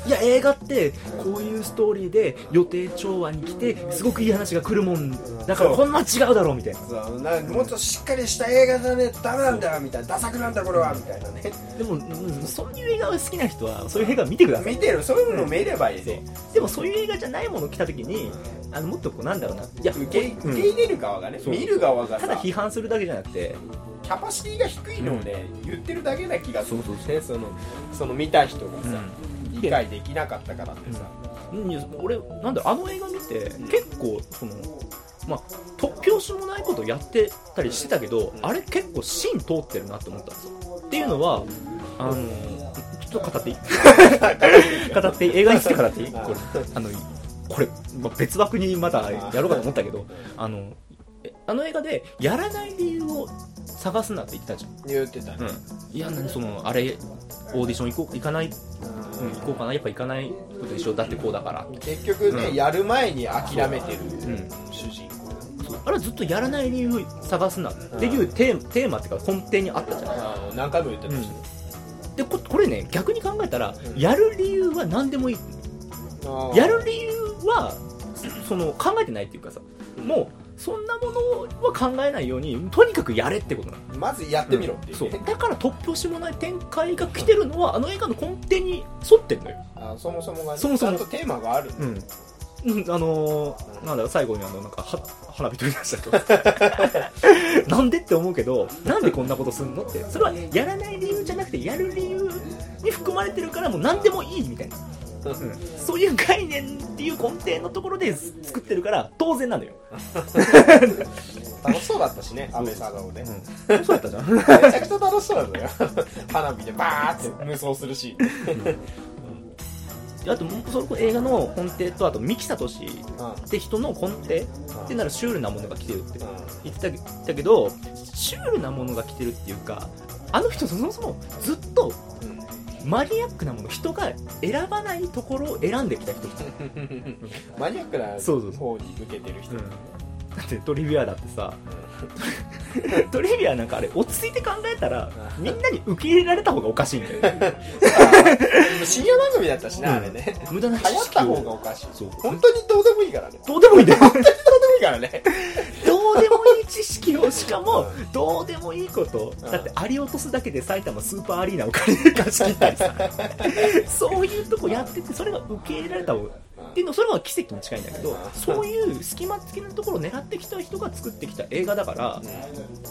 A: いや映画ってこういうストーリーで予定調和に来てすごくいい話が来るもんだから
B: そう
A: こんな違うだろうみたいな
B: あ。そうなもっとしっかりした映画だね、ダメなんだよみたいな、ダサくなんだこれはみたいなね。
A: でもうんそういう映画が好きな人はそういう映画見てください
B: 見てる、そういうの見ればいいぞ。
A: でもそういう映画じゃないもの来た時にあのもっとこうなんだろうないや
B: 受け
A: うん
B: 受け入れる側がね、
A: そう
B: 見る側が
A: ただ
B: さ、
A: 批判するだけじゃなくて
B: キャパシティが低いのをね、言ってるだけな気がする
A: そう
B: ね、その、その見た人がさ、理解できなかったからって
A: う
B: さ。
A: ん俺なんだろうあの映画見て結構そのまあ突拍子もないことをやってたりしてたけど、
B: うん
A: あれ結構芯通ってるなって思ったんですよっていうのはあのと語 (laughs) っていい語っていい映画について語っていいこれあのこれ、まあ別枠にまだやろうかと思ったけどあのえあの映画でやらない理由を探すなって言ってたじゃん
B: 言ってたね、
A: いや何そのあれオーディション行こう行かない、うん、行こうかなやっぱ行かないことでしょだってこうだから
B: 結局ね、
A: うん
B: やる前に諦めてる、
A: ん
B: 主人公
A: そうあれはずっとやらない理由を探すなっていうテーテーマっていうか根底にあったじゃない
B: あの何回も言ってたし、
A: でここれね逆に考えたら
B: うん
A: やる理由は何でもいい
B: あー
A: やる理由はそその考えてないっていうかさもうそんなものは考えないようにとにかくやれってことなの
B: まずやってみろっていう,、
A: そ
B: ね
A: うだから突拍子もない展開が来てるのはあの映画の根底に沿ってんのよ
B: あそもそもがね
A: そもそも
B: ちゃんとテーマがある、
A: うん、あのー、なんだろう最後にあのなんかは花火飛び出したと (laughs) かなんでって思うけどなんでこんなことすんのってそれはやらない理由じゃなくてやる理由に含まれてるからもう何でもいいみたいな、そういう概念っていう根底のところで作ってるから当然なのよ、
B: 楽しそうだったしね安倍さんをね、め
A: うん、そうだったじゃん
B: ちゃくちゃ楽しそうだったよ花火でバーって無双するシーン
A: (laughs) あともうそれこそ映画の根底とあと三木聡っ
B: うん
A: て人の根底ってならシュールなものが来てるって
B: う
A: 言ってたけどシュールなものが来てるっていうかあの人そもそもずっと
B: んうん
A: マニアックなもの人が選ばないところを選んできた人だ
B: マニアックな
A: そうそうそ
B: 方に向けてる人、
A: うんってトリビアだって (laughs) さトリビアなんかあれ落ち着いて考えたらみんなに受け入れられた方がおかしいんだよ
B: 深夜番組だったしね、
A: うん
B: あれね
A: 無駄な知
B: 流行っ
A: 識
B: た方が
A: を
B: おかしい
A: そう
B: 本当にどうでもいいからね
A: どうでもいいんだよ
B: どうでもいいからね
A: どうでもいい知識をしかも
B: う
A: どうでもいいこと
B: うん
A: だってあり落とすだけで埼玉スーパーアリーナを借りる貸し切ったり
B: (laughs)
A: さそういうとこやっててそれが受け入れられた方がっていうのそれは奇跡に近いんだけどそういう隙間付きのところを狙ってきた人が作ってきた映画だから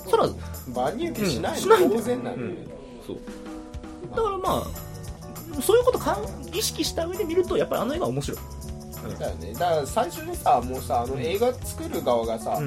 A: そら
B: バニ受けしない
A: うんしないん
B: の
A: だよ
B: 当然なんだよね
A: そうだからまあそういうことかん意識した上で見るとやっぱりあの映画は面白い、
B: だよねだから最初にさもうさあの映画作る側がさ、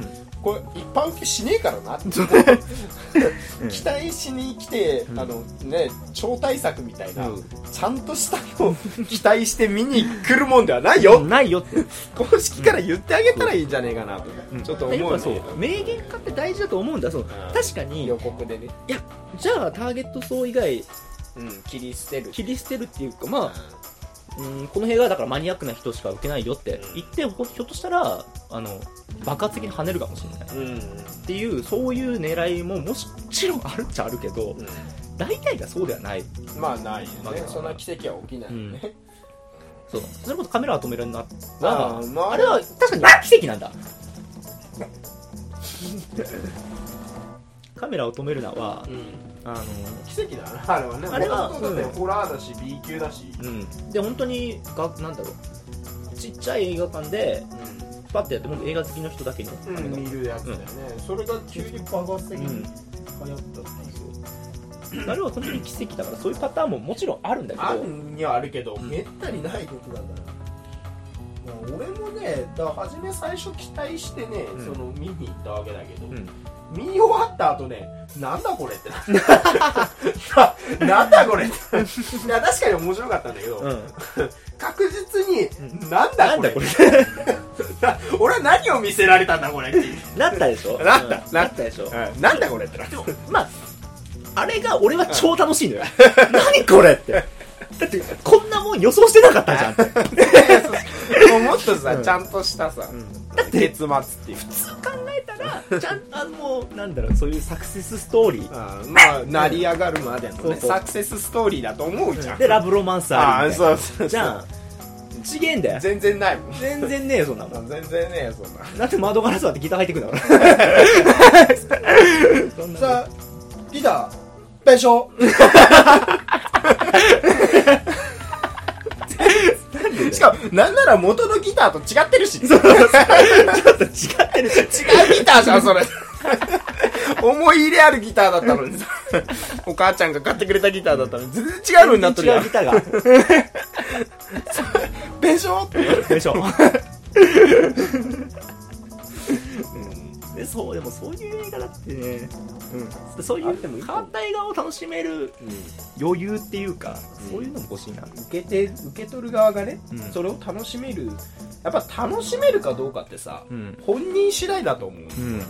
B: これ一般受けしねえからなって (laughs) 期待しに来て、
A: ん
B: あのね超大作みたいな、
A: うん
B: ちゃんとしたのを (laughs) 期待して見に来るもんではないよ、
A: ないよって
B: 公式から言ってあげたらいいんじゃねえかなと、 (laughs) ちょっと
A: や
B: 思
A: っぱ
B: うんだ
A: そう
B: けど
A: 名言化って大事だと思うんだそう確かに
B: 予告でね、
A: いやじゃあターゲット層以外
B: うん、切り捨てる
A: 切り捨てるっていうかまあうんこの映画はだからマニアックな人しか受けないよって言ってほひょっとしたらあの爆発的に跳ねるかもしれない
B: うんうん
A: っていうそういう狙いももちろんあるっちゃあるけど大体がそうではない
B: まあないよ
A: まあ
B: ねそんな奇跡は起きないよ (laughs) ね、
A: そうそれこそカメラは止めるな
B: あ
A: は
B: ーまあ
A: あれは確かに奇跡なんだカメラを止めるなは
B: うん
A: あ
B: 奇跡だなあれはね
A: あれは
B: 元々だ
A: う
B: って
A: ん
B: ホラーだし B 級だし、
A: のうんで本当にがなんだろうちっちゃい映画館でパッてやってほんと映画好きの人だけのた
B: う
A: め
B: ん
A: の
B: 見るやつだよね、それが急に爆発的に流行ったっていう、
A: あれは本当に奇跡だからそういうパターンももちろんあるんだけ
B: あ
A: ど
B: るにはあるけど、
A: うん
B: めったにないことだからいや俺もねだから初め最初期待してね、
A: うん
B: その見に行ったわけだけど、
A: うん
B: 見終わった後ねなんだこれっ
A: (laughs)
B: てなななんだこれっていや確かに面白かったんだけど、
A: うん
B: 確実に、
A: う
B: なんだ
A: なん
B: これ
A: だこれ
B: 俺は何を見せられたんだこれっていう、
A: (laughs) なったでしょ
B: なった
A: うん
B: な
A: (laughs) なったでしょ
B: なんだこれってなって
A: ま
B: (laughs)
A: あ、あれが俺は超楽 (laughs) しいのよ。何これって。だって、こんなもん予想してなかったじゃんって。
B: もっとさ、
A: うん
B: ちゃんとしたさ、
A: だって
B: 結末っていう
A: そう考えたら、ちゃんあの、なんだろう、そういうサクセスストーリー。
B: あーまあ成り上がるまでのね
A: そうそう
B: サクセスストーリーだと思うじゃん、
A: で、ラブロマンスあ
B: あ
A: る
B: ー
A: みたいな
B: そうそうそう
A: じゃん。ちげえんだよ。
B: 全然ないもん
A: 全然ねえよ、そんなもん。
B: 全然ねえよそんな
A: だって窓ガラスだってギター入ってくんだから。 (laughs) そんなもん
B: さあリーダー大将 (laughs) しかもなんなら元のギターと違ってるし違う
A: ちょっと違ってるし。
B: ギターじゃんそれ思い入れあるギターだったのにさお母ちゃんが買ってくれたギターだったのに全然違うのになっとる
A: 違
B: や
A: うんギターが。
B: 弁
A: (laughs)
B: 償って
A: でしょ。で、そうでもそういう映画だってね、うん、そう
B: あ
A: い
B: ってもいいうと思う
A: 反対側を楽しめる余裕っていうか、そういうのも欲しいな、
B: 受けて受け取る側がね、
A: うん
B: それを楽しめるやっぱ楽しめるかどうかってさ、
A: うん
B: 本人次第だと思う、
A: うん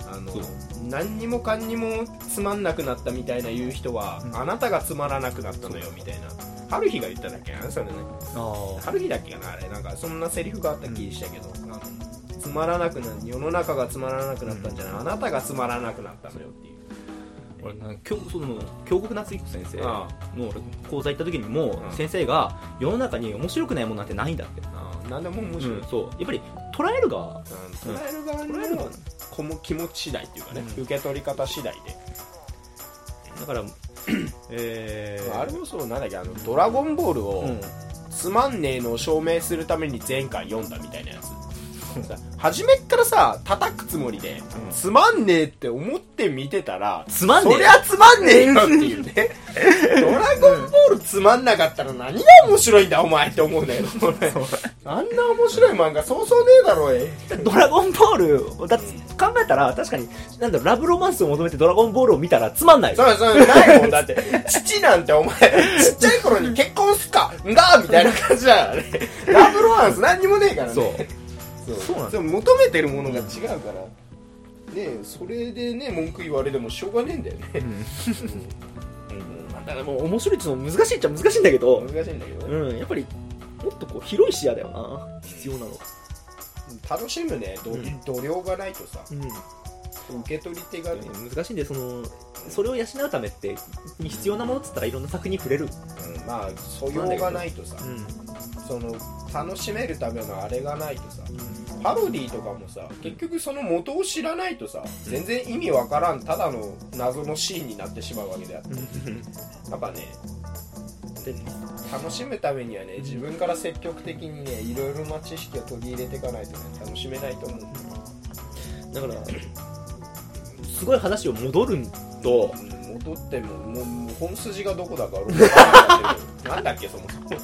B: あ
A: そう
B: の何にもかんにもつまんなくなったみたいな言う人は、
A: うん
B: あなたがつまらなくなったのよみたいな春日が言っただっけなそれね
A: あ
B: 春日だっけかなあれなんかそんなセリフがあった気したけど、あのつまらなくな世の中がつまらなくなったんじゃない、あなたがつまらなくなったのよっていう
A: 俺なきょその京極夏彦先生の
B: あ
A: 俺講座行った時にも
B: うん
A: 先生が世の中に面白くないものなんてないんだって、
B: ああ何でも面
A: う
B: 白い、
A: ん、そうやっぱり捉えるが
B: うん捉える側
A: 捉える側
B: のこも気持ち次第っていうかね、
A: うん
B: 受け取り方次第で、
A: だ (clears throat) からえー、
B: あれもそうなんだっけあの「ドラゴンボール」を、
A: うん
B: つまんねえのを証明するために前回読んだみたいなやつさ初めっからさ叩くつもりで、
A: うん
B: つまんねえって思って見てたら
A: つまんねえ
B: そりゃつまんねえよっていうねドラゴンボールつまんなかったら何が面白いんだお前って思うん
A: (laughs)
B: だけど俺あんな面白い漫画そうそうねえだろえ
A: ドラゴンボールだって考えたら確かになんだろうラブロマンスを求めてドラゴンボールを見たらつまんない
B: そうそうないもん
A: (laughs)
B: だって父なんてお前ちっちゃい頃に結婚すかんだみたいな感じだからねラブロマンス何にもねえからね
A: そう
B: そう
A: そうなんだ
B: でも求めてるものが違うから、ねえそれでね文句言われてもしょうがねえんだよね、
A: まあだからもう面白いっていうのも難しいっちゃ難しいんだけど
B: 難しいんだけど、ね
A: うんやっぱりもっとこう広い視野だよな必要なの
B: 楽しむね度,、
A: うん
B: 度量がないとさ
A: う
B: 受け取り手がね、
A: ん難しいんでそのそれを養うためってに必要なものっつったらいろんな作品に触れる
B: うんまあ素養がないとさ、
A: ん
B: その楽しめるためのあれがないとさパロディとかもさ結局その元を知らないとさ全然意味わからんただの謎のシーンになってしまうわけであってやっぱね
A: で
B: 楽しむためにはね自分から積極的にねいろいろな知識を取り入れていかないとね楽しめないと思う、
A: だからすごい話を戻ると
B: うん、戻ってももうもう本筋がどこだか俺もわからん
A: (laughs)
B: けどなんだっけそもそも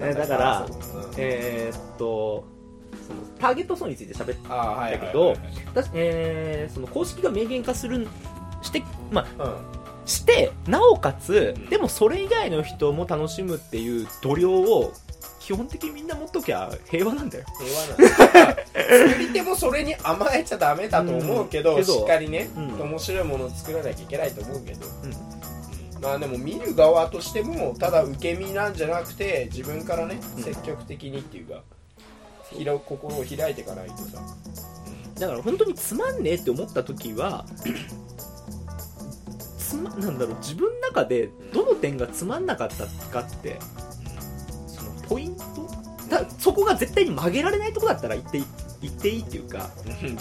A: えだから
B: うん
A: えーっとそのターゲット層について喋っ
B: ああはいはい
A: だけ
B: は
A: ど
B: いはい
A: た、えーその公式が明言化するしてまあ
B: うん
A: してなおかつ
B: うん
A: でもそれ以外の人も楽しむっていう度量を基本的にみんな持っときゃ平和なんだよ
B: 平和なんだ作り手もそれに甘えちゃダメだと思うけ
A: う
B: ど,、
A: んけど
B: しっかりね、
A: うん
B: 面白いものを作らなきゃいけないと思うけど、
A: うん
B: まあでも見る側としてもただ受け身なんじゃなくて自分からね
A: うん
B: 積極的にっていうか、広心を開いていかないとさ、
A: だから本当につまんねえって思った時 (clears throat) はつまなんだろう自分の中でどの点がつまんなかったかってそのポイントだそこが絶対に曲げられないとこだったら言ってい言っていいっていうか、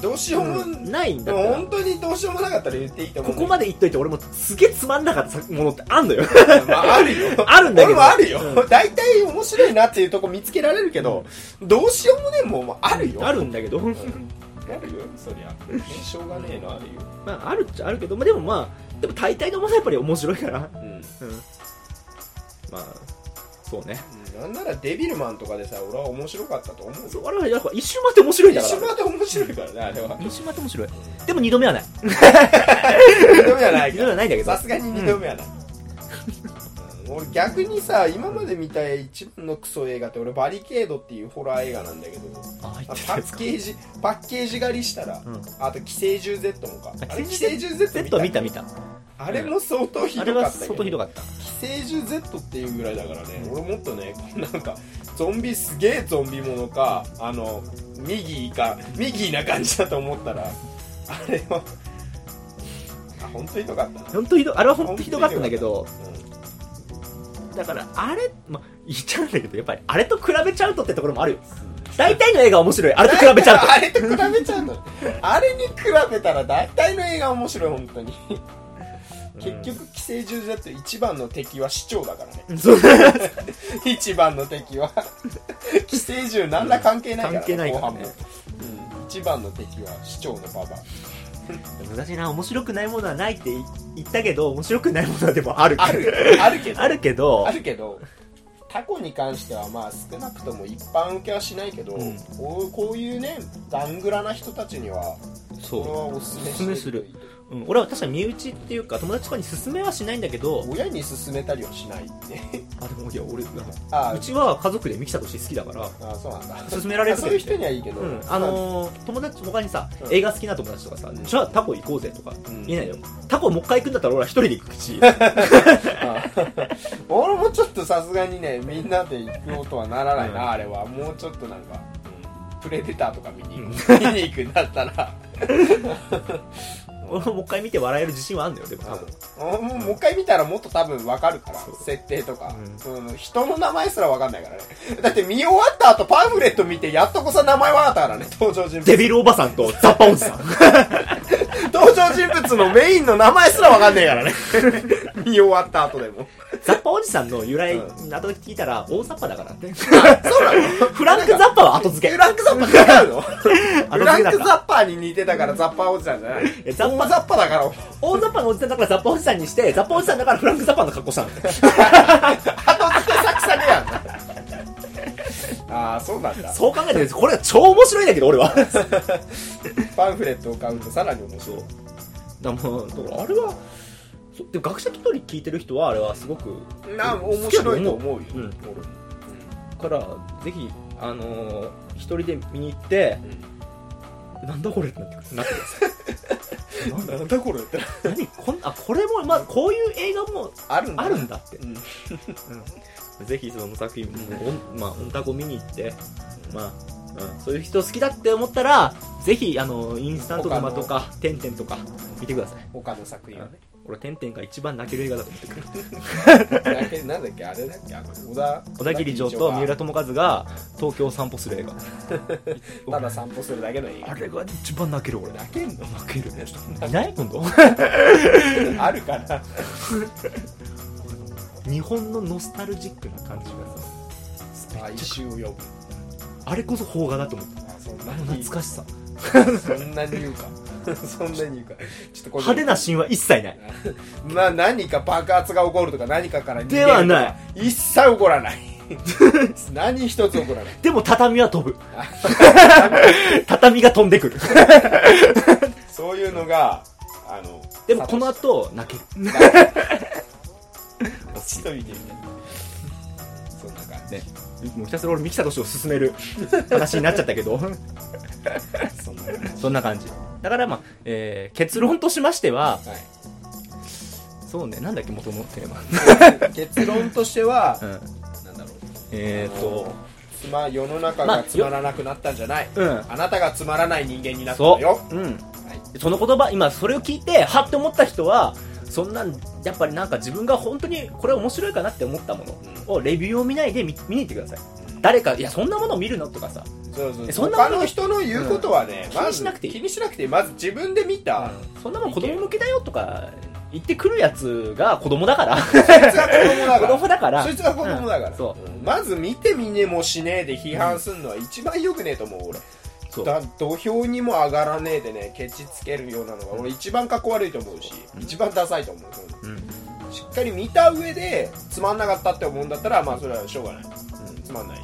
B: どうしようも、
A: うんないん
B: で
A: だ
B: も
A: ったら
B: 本当にどうしようもなかったら言っていいと思
A: こ
B: う
A: こまで言っといて俺もすげえつまんなかったものってあんのよ
B: で、まあ、あるよ
A: (laughs) あるんだけど
B: 俺もあるよ、
A: う
B: 大体面白いなっていうとこ見つけられるけど、どうしようもねえもんもある
A: (laughs)
B: よ
A: あるんだけど、
B: あるよそりゃしょうがねえのあるよ、
A: まあ、あるっちゃあるけど、まあ、でもまあでも大体のものはやっぱり面白いから
B: うん
A: うんまあそうね
B: なんならデビルマンとかでさ俺は面白かったと思う
A: そうあれはやっぱ一周回って面白いん
B: 一
A: だから
B: 瞬まで面白いからねあれは
A: 一周回って面白いでも二度目はない
B: (laughs) 二度目はない
A: 二度目
B: か
A: は
B: ら
A: ないんだけど
B: さすがに二度目はない、うん俺逆にさ今まで見た一番のクソ映画って俺バリケードっていうホラー映画なんだけど
A: あ入っ
B: あ
A: て
B: パ
A: たやつ
B: ッケージパッケージ狩りしたら、
A: うん
B: あと寄生獣 Z もか
A: あ
B: あれ寄
A: 寄
B: 生
A: 生
B: 獣 Z
A: セ
B: 見
A: ッ
B: た
A: トは見た見た
B: あれも相当ひ
A: あ
B: ど
A: れ
B: か
A: は
B: ったけど
A: 相当ひどかった
B: 寄生獣 Z っていうぐらいだからね、俺もっとねなんかゾンビすげえゾンビものかあのミギーかミギーな感じだと思ったらあれはあ本当にひどかったな、
A: 本当ひどあれは本当ひどかったんだけど
B: う
A: だからあれまあ言っちゃうんだけどやっぱりあれと比べちゃうとってところもあるよ大体の映画は面白いあれと比べちゃうと (laughs)
B: ん、あれと比べちゃうのあれに比べたら大体の映画面白い本当に結局寄生獣 Z 一番の敵は市長だからね
A: そう
B: 一番の敵
A: (laughs)
B: は寄生獣何ら関係ないから、ね、
A: 関係ないからね
B: 後半も、うん、一番の敵は市長のババア
A: 難しいな面白くないものはないって言ったけど面白くないものはでもある
B: あるあるけど
A: あるけど
B: あるけどタコに関してはまあ少なくとも一般受けはしないけど、
A: うん
B: おこういうねダングラな人たちには
A: そ
B: これ
A: う、
B: はおすすめ
A: おすすめす
B: して
A: る
B: いい
A: うん、俺は確かに身内っていうか友達とかに勧めはしないんだけど
B: 親に勧めたりはしないって
A: あでもいや俺なんか
B: あ
A: うちは家族でミキサーとして好きだから
B: あそうなんだ
A: 勧められる
B: あそういう人にはいいけど、
A: うん、あのー友達他にさ、
B: うん
A: 映画好きな友達とかさ、
B: うん
A: じゃあタコ行こうぜとか
B: うん
A: 言えないよ、タコもう一回行くんだったら俺は一人で行く
B: (laughs)
A: し
B: あ (laughs) 俺もちょっとさすがにねみんなで行くことはならないな、
A: うん
B: あれはもうちょっとなんか、プレデターとか見に
A: うん
B: 行く、見に行くんだったら
A: 俺ももう一回見て笑える自信はあるんだよでもタコ、
B: うんもうもう一回見たらもっと多分わかるから
A: そう
B: 設定とか、
A: うん
B: その人の名前すらわかんないからね (laughs) だって見終わった後パンフレット見てやっとこさ名前わかっ
A: (laughs)
B: たからね登場人
A: デ
B: 物
A: ビルおばさんとザッパおじさん
B: (laughs) 登場人物のメインの名前すらわかんないから
A: (laughs)
B: ね見終わった後でも
A: ザッパおじさんの由来
B: う
A: 後で聞いたら大ザッパだから
B: (laughs)
A: って
B: そうなの
A: フランクザッパは後付け
B: フランクザッパー
A: (laughs)
B: 違うのフ
A: 後付
B: ラン
A: けだっ
B: クザ
A: た
B: ッパーに似てたからザッパーおじさんじゃない
A: えザッ
B: ザッ
A: パ
B: パザッパだから
A: 大ザッパのおじさんだからザッパおじさんにしてザッパおじさんだからフランクザッパの格好したんだよ
B: 後付けサクサクやんああそうなんだ
A: そう考えてるこれが超面白いんだけど俺は
B: パンフレットを買うとさらに面
A: そ
B: 白
A: う
B: い
A: だからもうだからあれはそうでも学者気取り聞いてる人はあれはすごく
B: な面白いと思うよ、
A: うん
B: 俺も
A: からぜひあのー一人で見に行ってなんだこれってなってくるなってくるなんだ
B: なんだこれって
A: 何こんあこれも、まあ、こういう映画も
B: あるんだ
A: あるんだって
B: う、ん
A: ぜひその作品も、おんまあ、オンタコ見に行って、まあうん、そういう人好きだって思ったらぜひあのインスタント沼とか「てんてん」とか見てください
B: 他の作品はね
A: 俺「てんてん」が一番泣ける映画だと思ってくる
B: だけなんだっけあれだっけあの小田
A: 小田切城と三浦友和が東京を散歩する映画 (laughs)
B: ただ散歩するだけの映
A: あ
B: 画
A: れが一番泣ける俺
B: 泣けんの
A: 泣けるねいない今度
B: あるから
A: (laughs) 日本のノスタルジックな感じがさ
B: 哀愁を呼ぶ
A: あれこそ邦画だと思った
B: あそん
A: あ
B: な
A: の
B: に
A: 懐かしさ
B: そんなに言うかそんなに言うかちょっとこれ
A: 派手なシーンは一切ない
B: な何か爆発が起こるとか何かから逃
A: で
B: げるとか
A: はない
B: 一切起こらない (laughs) 何一つ起こらない
A: でも畳は飛 (laughs) ぶ畳が飛んでくる
B: そういうのがあの
A: でもこの後泣ける
B: ちょっと見てみてそんな感じ、
A: ねもうひたすら俺ミキサーとしてを進め (laughs) る話になっちゃったけど
B: そんな感じ
A: そんな感じだからまあ、えー結論としましては
B: は
A: そうねなんだっけ元のテーマ
B: い、結論としては
A: う、ん
B: なんだろう
A: えーっと
B: つま世の中
A: まあ
B: がつまらなくなったんじゃない、
A: うん
B: あなたがつまらない人間になった
A: そ
B: のよ
A: う、うん、
B: はい
A: その言葉今それを聞いてはって思った人はそんなんやっぱりなんか自分が本当にこれ面白いかなって思ったものをレビューを見ないで見見に行ってください誰かいやそんなものを見るのとかさ
B: そうそう
A: えそんな
B: 他
A: こと
B: の人の言うことはね、
A: うん
B: まず
A: 気にしなくていい
B: 気にしなくていいまず自分で見た、
A: そんなもん子供向けだよとか言ってくるやつが子供だから
B: そいつが子供だか
A: 子
B: ら
A: 供だから
B: そいつが子供だから、
A: うんそ
B: うんまず見てみねもしねえで批判するのは一番よくねえと思う俺
A: そう
B: だ土俵にも上がらねえでねケチつけるようなのが俺一番かっこ悪いと思うし、
A: うん
B: 一番ダサいと思
A: (laughs)
B: う、
A: うん
B: しっかり見た上でつまんなかったって思うんだったらまあそれはしょうがない、うんつまんない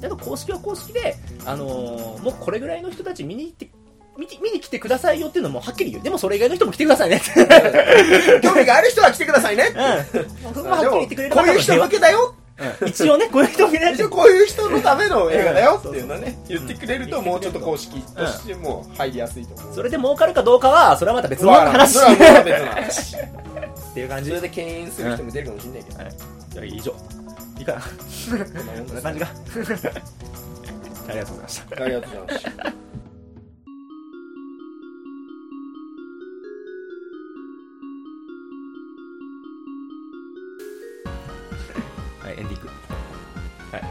A: だから公式は公式で、あのーもうこれぐらいの人たち見に行って見て見に来てくださいよっていうのもはっきり言うでもそれ以外の人も来てくださいねって、
B: 興味がある人は来てくださいね
A: うん、 (laughs) そこははっきり言ってくれ
B: で
A: る
B: もこういう人向けだよ
A: 一応ねこういう人向けだ
B: 一応
A: よ
B: こういう人のための映画だよっていうのね言ってくれるともうちょっと公式としても入りやすいと思う、
A: それで儲かるかどうかはそれはまた別の話
B: それはまた別の話
A: っていう感じ
B: それ
A: で
B: で牽引する人も出るかもしれないけど、
A: じゃあ以上いいかな
B: こんなもん
A: こん
B: で
A: な
B: すあ
A: 感じが (laughs) ありがとうございました
B: りがとうございました
A: はい、エンディング。はい。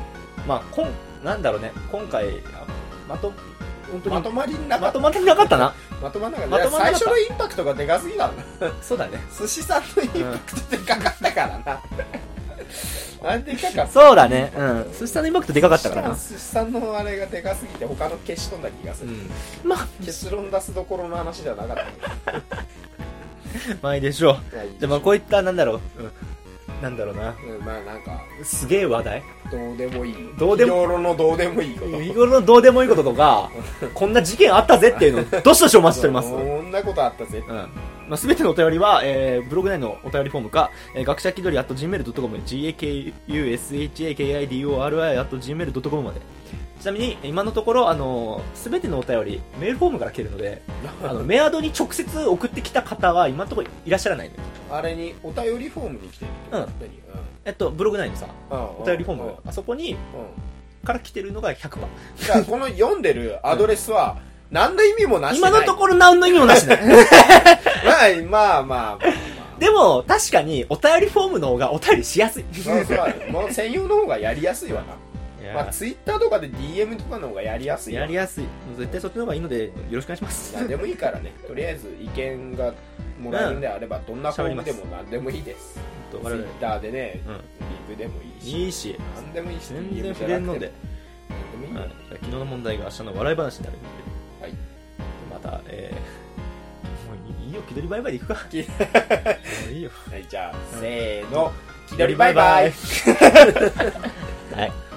A: まあ、こん、なんだろうね、今回、あまと、本当に
B: まとまりなか
A: ま
B: った
A: とまってなかったな。
B: まとまんなかった
A: まとまんなか
B: 最
A: った
B: 初のインパクトがでかすぎたんだ
A: そうだね。
B: 寿司さんのインパクトでかかったから (laughs) な、 (laughs) あれでかかった
A: そうだね。うん。寿司さんのインパクトでかかったからな。
B: 寿司さんのあれがでかすぎて他の消し飛んだ気がす
A: う
B: る、
A: ん。まあ、
B: 結論出すどころの話じゃなかった
A: まあいいでしょう。
B: けど
A: じゃあまあ、こういった、なんだろう、うん。なんだろうな
B: うんまあなんか
A: すげえ話題
B: どうでもいい
A: どうでも
B: 日頃のどうでもいいこと
A: 日頃のどうでもいいこととかこんな事件あったぜっていうのをどしどしお待ちしており (laughs) ます
B: そうこんなことあったぜ
A: うんまあ、全てのお便りは、えーブログ内のお便りフォームか、えー学者気取り at gmail.com、gakushakidori at gmail.com まで。ちなみに、今のところ、あのー、全てのお便り、メールフォームから来てるので、あの、メアドに直接送ってきた方は、今のところいらっしゃらないのよ。
B: あれにお便りフォームに来てる
A: うん
B: 何うん
A: えっと、ブログ内のさ、
B: お
A: お便りフォーム、
B: う
A: あそこに、
B: んうん
A: から来てるのが100%。
B: じゃあこの読んでるアドレスは何の意味もなしでな
A: 今
B: い
A: のところ何の意味もなしね。
B: はいまあまあまあま
A: (laughs)
B: あ
A: でも、確かに、お便りフォームの方がお便りしやすい。
B: そうそうあるもう専用の方がやりやすいわな、まあ、ツイッターとかで DM とかの方がやりやすいわ
A: やりやすい。絶対そっちの方がいいので、よろしくお願いします。
B: 何でもいいからねとりあえず意見がもらえるんであればどんなフォームでも何でもいいですツイ
A: 我々
B: ッターでね、
A: うん
B: リプでもいいし
A: いいし、
B: 何でもいいし
A: 全然触れんので、
B: 何でもいい
A: はい、
B: よ
A: じゃあ昨日の問題が明日の笑い話になるんで、
B: はい
A: また、えー、もういいよ、気取りバイバイでいくか。も
B: き
A: ういいよ。
B: はいじゃあせーの気取りバイバイ
A: はい。